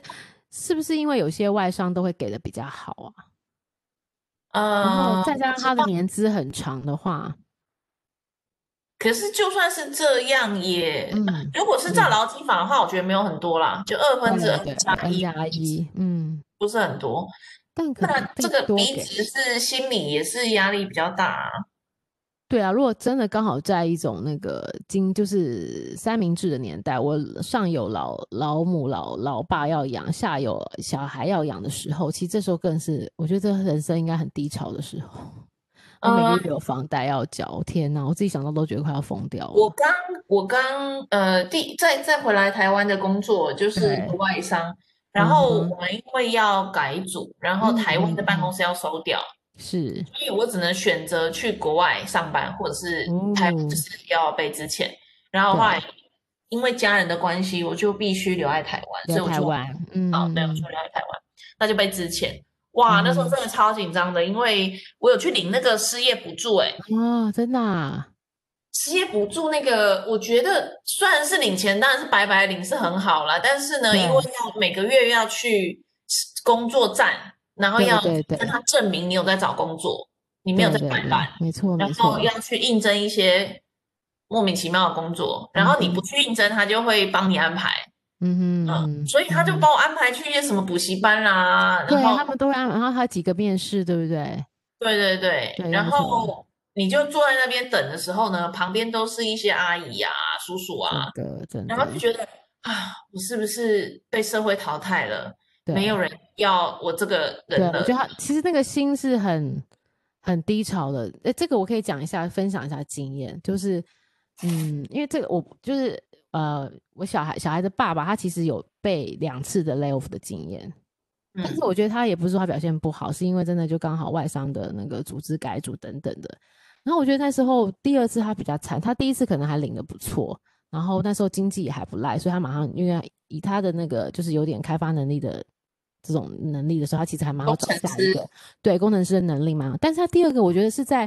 是不是因为有些外商都会给的比较好啊？然后嗯，再加上他的年资很长的话，可是就算是这样也，嗯，如果是照嗯劳基法的话，我觉得没有很多啦，就二分之对 n 对加，n 一，加一，嗯，不是很多。但可那能被这个多离给，职是心理也是压力比较大啊。对啊，如果真的刚好在一种那个经就是三明治的年代，我上有老老母老老爸要养，下有小孩要养的时候，其实这时候更是我觉得这人生应该很低潮的时候。我每个嗯月有房贷要缴，天哪，我自己想到都觉得快要疯掉了。我刚我刚呃第再再回来台湾的工作就是对外商，然嗯后哼我们因为要改组，然后台湾的嗯嗯办公嗯室要收掉。是所以我只能选择去国外上班，或者是台湾，哦就是要被之前。然后后对来因为家人的关系，我就必须留在台湾，所以留我台就湾，嗯，好，哦对，我就留在台湾，那就被之前。哇，那时候嗯真的超紧张的，因为我有去领那个失业补助、欸，哦，真的、啊，失业补助那个，我觉得虽然是领钱，当然是白白领是很好啦，但是呢，因为要每个月要去工作站，然后对要对对跟他证明你有在找工作，你没有在对对摆对烂，，没错没然后错，要去应征一些莫名其妙的工作，然后你不去应征，他就会帮你安排，嗯嗯，哼，所以他就嗯帮我安排去一些什么补习班啦，对啊然后他们都会安排，然后还有几个面试，对不对？对对对，对然没错后你就坐在那边等的时候呢，旁边都是一些阿姨啊、叔叔啊，真的真的，然后就觉得啊，我是不是被社会淘汰了？没对有人要我这个对，人了我觉。得他其实那个心是很很低潮的。诶，这个我可以讲一下，分享一下经验，就是嗯，因为这个我就是呃，我小孩小孩的爸爸他其实有被两次的 layoff 的经验，但嗯是我觉得他也不是说他表现不好，是因为真的就刚好外商的那个组织改组等等的。然后我觉得那时候第二次他比较惨，他第一次可能还领的不错，然后那时候经济也还不赖，所以他马上因为以他的那个就是有点开发能力的这种能力的时候，他其实还蛮好工找程下一师个。对，工程师的能力蛮好。但是他第二个，我觉得是在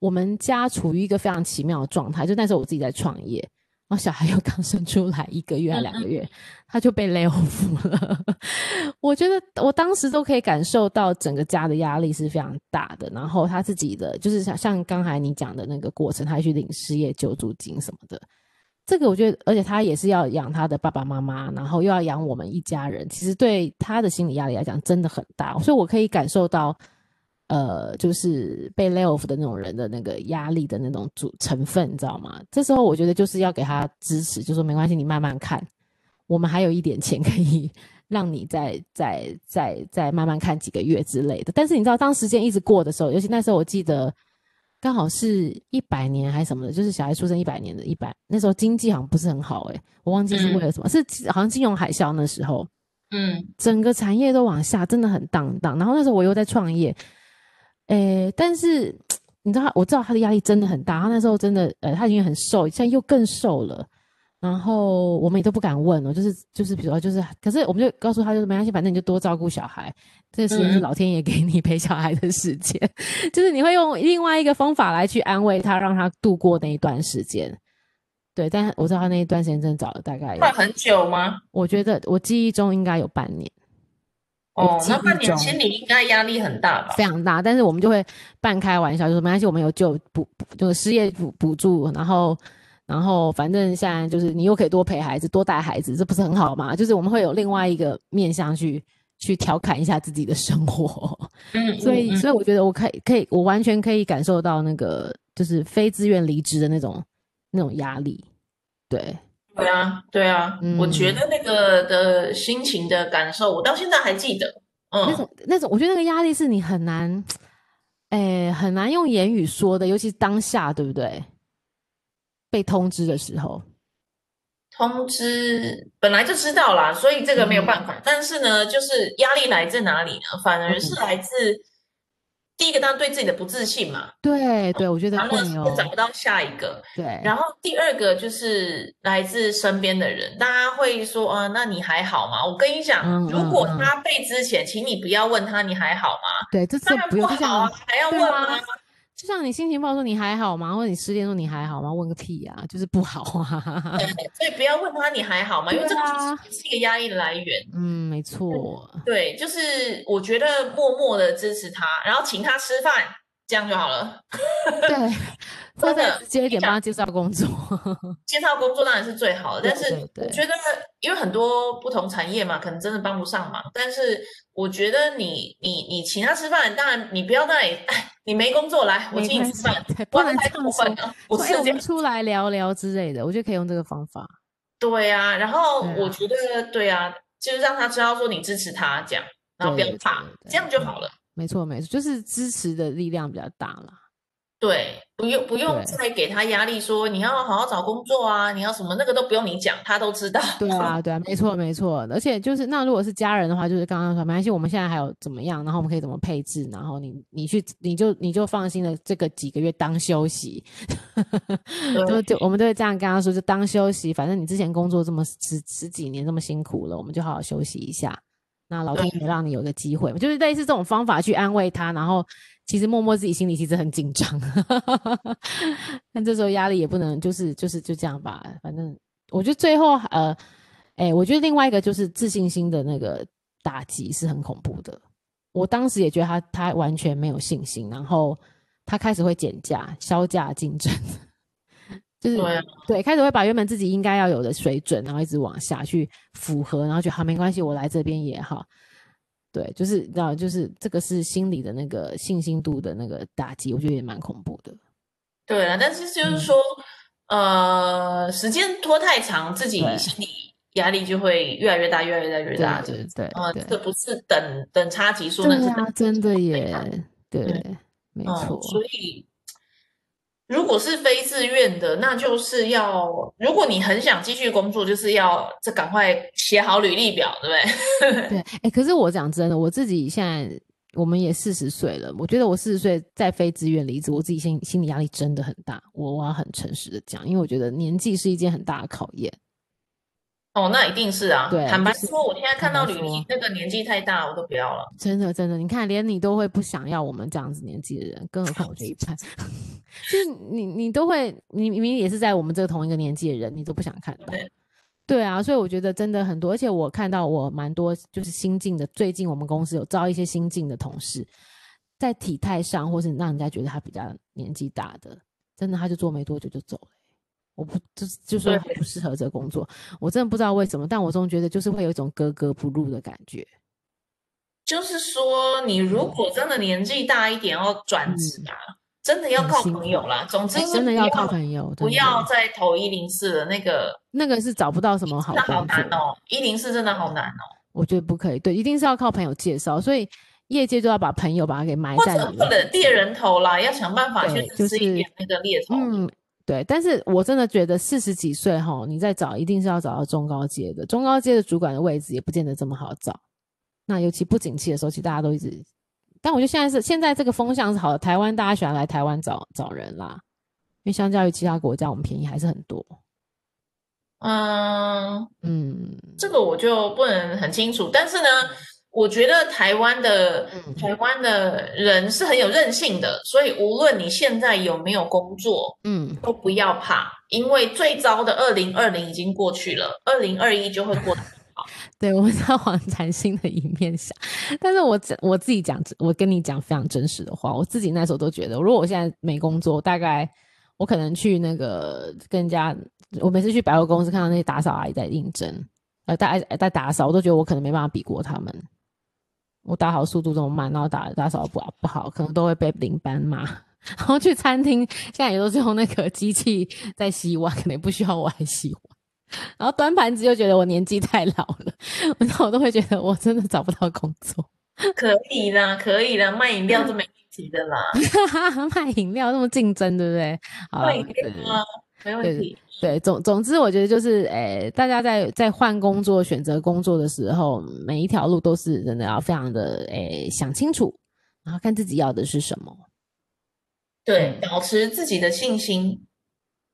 我们家处于一个非常奇妙的状态，就那时候我自己在创业，然后小孩又刚生出来一个月嗯还两个月，他就被 lay off 了。我觉得我当时都可以感受到整个家的压力是非常大的，然后他自己的就是像像刚才你讲的那个过程，他去领失业救助金什么的，这个我觉得，而且他也是要养他的爸爸妈妈，然后又要养我们一家人，其实对他的心理压力来讲真的很大，所以我可以感受到，呃，就是被 lay off 的那种人的那个压力的那种组成分，你知道吗？这时候我觉得就是要给他支持，就说没关系，你慢慢看，我们还有一点钱 可以让你再再再再慢慢看几个月之类的。但是你知道，当时间一直过的时候，尤其那时候我记得。刚好是一百年还是什么的，就是小孩出生一百年的一百，那时候经济好像不是很好诶、我忘记是为了什么，是好像金融海啸那时候，嗯，整个产业都往下，真的很荡荡。然后那时候我又在创业，诶、但是你知道他，我知道他的压力真的很大。他那时候真的，呃，他已经很瘦，现在又更瘦了。然后我们也都不敢问哦，就是就是，比如说就是，可是我们就告诉他，就是没关系，反正你就多照顾小孩，这个时间是嗯老天爷给你陪小孩的时间， 就是你会用另外一个方法来去安慰他，让他度过那一段时间。对，但我知道他那一段时间真的找了大概有换很久吗？我觉得我记忆中应该有半年，我哦，记那半忆年中心理应该压力很大吧？非常大，但是我们就会半开玩笑，就说没关系，我们有救补补，就是失业补补助，然后然后反正现在就是你又可以多陪孩子，多带孩子，这不是很好吗？就是我们会有另外一个面向去去调侃一下自己的生活，嗯，所嗯以嗯所以我觉得我可以可以，我完全可以感受到那个就是非自愿离职的那种那种压力，对，对啊，对啊，嗯我觉得那个的心情的感受，我到现在还记得。那嗯种那种，我觉得那个压力是你很难，哎、很难用言语说的，尤其是当下，对不对？被通知的时候，通知本来就知道啦，所以这个没有嗯办法。但是呢，就是压力来自哪里呢？反而是来自第一个，当然对自己的不自信嘛，对对，我觉得然后会那是哦，找不到下一个。对，然后第二个就是来自身边的人，大家会说啊，那你还好吗？我跟你讲嗯，如果嗯嗯他被之前，请你不要问他你还好吗？对，这次当然不用，就好啊像，还要对问啊吗？就像你心情不好说你还好吗，或者你失恋说你还好吗，问个屁啊，就是不好啊，所以不要问他你还好吗？因为对这个啊其实是一个压力的来源。 嗯，没错，对，就是我觉得默默的支持他，然后请他吃饭，这样就好了。 对，或真者的直接一点讲帮他介绍工作，介绍工作当然是最好的，但对是对我对觉得，因为很多不同产业嘛，可能真的帮不上忙。但是我觉得你你你请他吃饭，当然你不要那里，哎，你没工作来，我没请关你吃系饭，，对，不哇，能太这过样分说，了， 不说是哎我这样们。出来聊聊之类的，我觉得可以用这个方法，对啊，然后对我啊觉得对啊，就是让他知道说你支持他这样，然后不对要对怕对，对这样就嗯好了。没错，没错，就是支持的力量比较大啦。对，不用不用对再给他压力说你要好好找工作啊，你要什么那个都不用你讲，他都知道。对啊， 对啊，没错，没错。而且就是，那如果是家人的话，就是刚刚说，没关系，我们现在还有怎么样，然后我们可以怎么配置，然后你你去你就你就放心的这个几个月当休息，就就我们都会这样跟他说，就当休息，反正你之前工作这么十十几年这么辛苦了，我们就好好休息一下。那老天爷让你有个机会，就是类似这种方法去安慰他，然后其实默默自己心里其实很紧张， 但这时候压力也不能就是就是就这样吧，反正我觉得最后呃，哎、我觉得另外一个就是自信心的那个打击是很恐怖的。我当时也觉得他他完全没有信心，然后他开始会减价、销价竞争， 就是对啊对开始会把原本自己应该要有的水准，然后一直往下去符合，然后觉得好没关系，我来这边也好。对，就是你知道，就是这个是心理的那个信心度的那个打击，我觉得也蛮恐怖的。对了，但是就是嗯说，呃，时间拖太长，自己对心理压力就会越来越大，越来越大，越来越大。就对是对呃，对这不是等等差级数，那对是啊，等真的对耶啊，对，嗯没嗯，错，所以如果是非自愿的，那就是要，如果你很想继续工作，就是要这赶快写好履历表，对不对？对，哎、可是我讲真的，我自己现在我们也四十岁了，我觉得我四十岁再非自愿离职，我自己心心理压力真的很大。我我要很诚实的讲，因为我觉得年纪是一件很大的考验。哦，那一定是啊。对坦白就是说，我现在看坦到白履历说，那个年纪太大，我都不要了。真的真的，你看，连你都会不想要我们这样子年纪的人，更何况我这一派， 就是你你都会，你明明也是在我们这个同一个年纪的人，你都不想看到。对对啊，所以我觉得真的很多，而且我看到我蛮多就是新进的，最近我们公司有招一些新进的同事，在体态上或是让人家觉得他比较年纪大的，真的他就做没多久就走了欸、我不就是就说对他不适合这个工作，我真的不知道为什么，但我总觉得就是会有一种格格不入的感觉。就是说，你嗯如果真的年纪大一点要转职啊，真的要很靠辛朋友苦哎啦。总之是真的不要要靠朋友，不真的要再投一零四的那个，那个是找不到什么好那好工难作，哦，一零四真的好难哦。我觉得不可以，对，一定是要靠朋友介绍，所以业界就要把朋友把它给埋或在者你或的。者猎人头啦，要想办法去对就认识一是点那个猎头。嗯，对，但是我真的觉得四十几岁吼，你再找一定是要找到中高阶的，中高阶的主管的位置也不见得这么好找。那尤其不景气的时候，其实大家都一直，但我觉得现在是现在这个风向是好的，台湾大家喜欢来台湾找找人啦，因为相较于其他国家，我们便宜还是很多。嗯，嗯这个我就不能很清楚，但是呢，我觉得台湾的嗯台湾的人是很有韧性的，所以无论你现在有没有工作，嗯，都不要怕，因为最糟的二零二零已经过去了，二零二一就会过去。对， 我们是要往崭新的一面想，但是我自我自己讲，我跟你讲非常真实的话，我自己那时候都觉得，如果我现在没工作，大概我可能去那个跟人家，我每次去百货公司看到那些打扫阿姨在应征，呃，大在在打扫，我都觉得我可能没办法比过他们。我打扫速度这么慢，然后打打扫不好不好，可能都会被领班骂。 然后去餐厅，现在也都是用那个机器在洗碗，可能也不需要我来洗碗。 然后端盘子又觉得我年纪太老了， 然后我都会觉得我真的找不到工作。 可以啦，可以啦，卖饮料是没问题的啦，卖饮料那么竞争，对不对？好啦卖饮料啊，没问对题。对，总总之，我觉得就是，诶、大家在在换工作、选择工作的时候，每一条路都是真的要非常的诶、想清楚，然后看自己要的是什么。嗯对，保持自己的信心。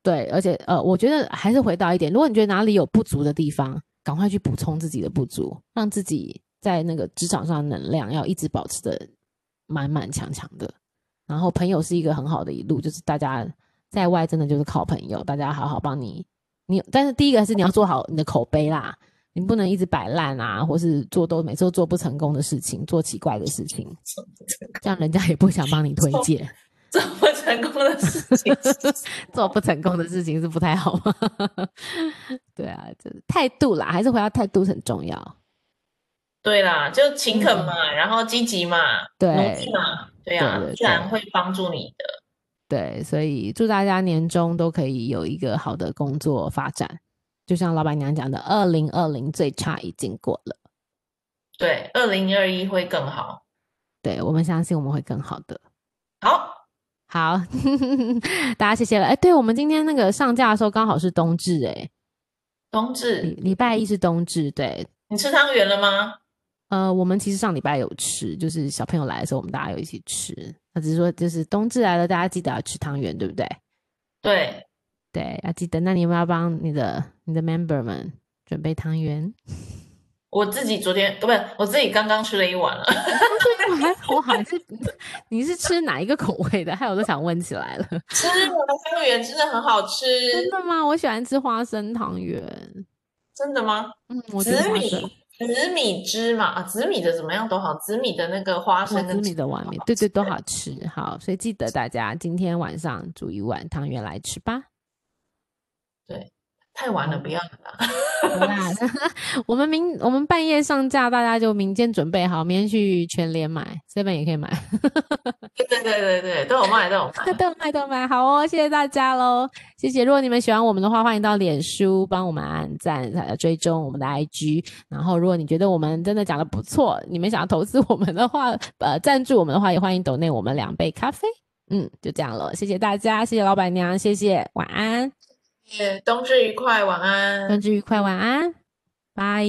对，而且呃，我觉得还是回到一点，如果你觉得哪里有不足的地方，赶快去补充自己的不足，让自己在那个职场上的能量要一直保持的满满强强的。然后朋友是一个很好的一路，就是大家在外真的就是靠朋友，大家好好帮你。你但是第一个是你要做好你的口碑啦，你不能一直摆烂啊，或是做都每次都做不成功的事情，做奇怪的事情，这样人家也不想帮你推做荐。这么成功的事情 做不成功的事情是不太好吗？ 对啊，就是态度啦，还是回到态度是很重要。对啦，就勤恳嗯嘛，然后积极嘛，对努力嘛，对啊，对对自然会帮助你的。对，所以祝大家年终都可以有一个好的工作发展。就像老板娘讲的，二零二零最差已经过了，对，二零二一会更好。对我们相信我们会更好的。好，好， 大家谢谢了。哎，对我们今天那个上架的时候刚好是冬至、哎，冬礼至，礼拜一是冬至，对。你吃汤圆了吗？呃，我们其实上礼拜有吃，就是小朋友来的时候，我们大家有一起吃。那只是说，就是冬至来了，大家记得要吃汤圆，对不对？对，对，要记得。那你有没有要帮你的你的 member 们准备汤圆？ 我自己昨天，不是，我自己刚刚吃了一碗了。 我还我好像是你是吃哪一个口味的？害我都想问起来了。吃我的汤圆真的很好吃，真的吗？我喜欢吃花生汤圆。真的吗？嗯，我觉得紫花米生，紫米芝麻啊，紫米的怎么样都好，紫米的那个花我生紫跟米的碗面，对对都好吃。好，所以记得大家今天晚上煮一碗汤圆来吃吧。太嗯晚了，不要了啦。好啦， 我们明我们半夜上架，大家就民间准备好，明天去全联买，seven 也可以买，对对对对，都有卖，都有卖。 都有卖都有卖。好哦，谢谢大家喽，谢谢。如果你们喜欢我们的话，欢迎到脸书帮我们按赞、呃追踪我们的 IG。然后，如果你觉得我们真的讲的不错，你们想要投资我们的话，呃，赞助我们的话，也欢迎抖内我们两杯咖啡。嗯，就这样了，谢谢大家，谢谢老板娘，谢谢，晚安，谢谢冬至愉快，晚安。冬至愉快，晚安，拜。